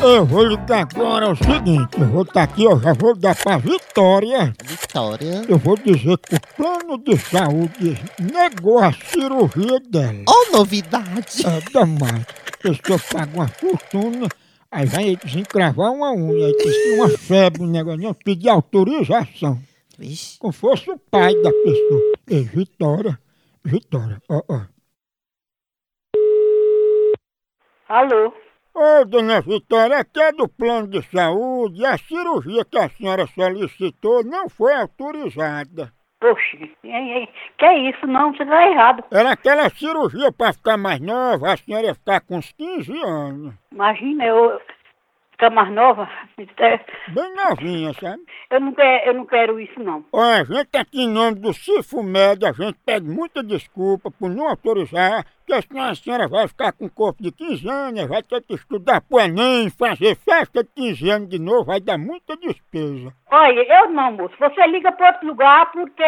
Eu vou ligar agora, é o seguinte, eu vou estar aqui, eu já vou dar pra Vitória. Vitória. Eu vou dizer que o plano de saúde negou a cirurgia dela. Oh, novidade! É demais. A pessoa paga uma fortuna, aí vai desencravar uma unha, aí diz que uma febre, um negócio, não pedir autorização. Vixe. Como fosse o pai da pessoa. Ei, Vitória, Vitória, ó, ó. Alô? Ô, dona Vitória, até é do plano de saúde, a cirurgia que a senhora solicitou não foi autorizada. Oxi, ei, ei, que é isso? Não, você tá errado. Era aquela cirurgia para ficar mais nova, a senhora ia ficar com uns 15 anos. Imagina eu ficar mais nova. É, Bem novinha, sabe? Eu não quero, eu não quero isso, não. Olha, a gente aqui em nome do Cifumed, a gente pede muita desculpa por não autorizar, porque senão a senhora vai ficar com o corpo de 15 anos, vai ter que estudar pro Enem, fazer festa de 15 anos de novo, vai dar muita despesa. Olha, eu não, moço. Você liga para outro lugar porque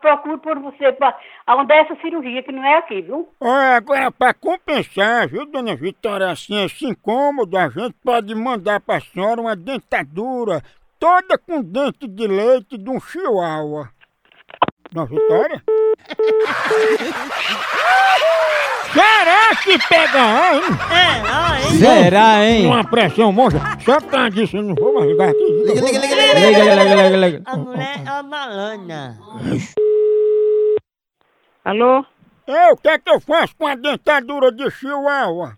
procuro por você, pra, onde é essa cirurgia que não é aqui, viu? Olha, agora para compensar, viu, dona Vitória, assim, esse incômodo, a gente pode mandar pra senhora uma dentadura toda com dente de leite de um chihuahua. Dona Vitória? Será que pega, hein? Será, hein? Uma pressão monja. Só por causa disso, eu não vou mais ligar aqui. Liga, liga, liga, liga. Liga, liga, liga, liga. A mulher é uma malandra. Alô? Ei, o que é que eu faço com a dentadura de chihuahua?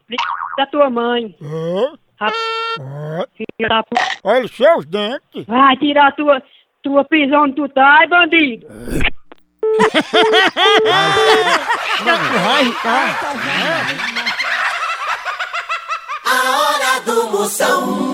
Da tua mãe. Hã? Ah. Hã? filha da p- Olha os seus dentes. Vai tirar a tua, tua prisão onde tu tá, hein, bandido. A hora do Moção.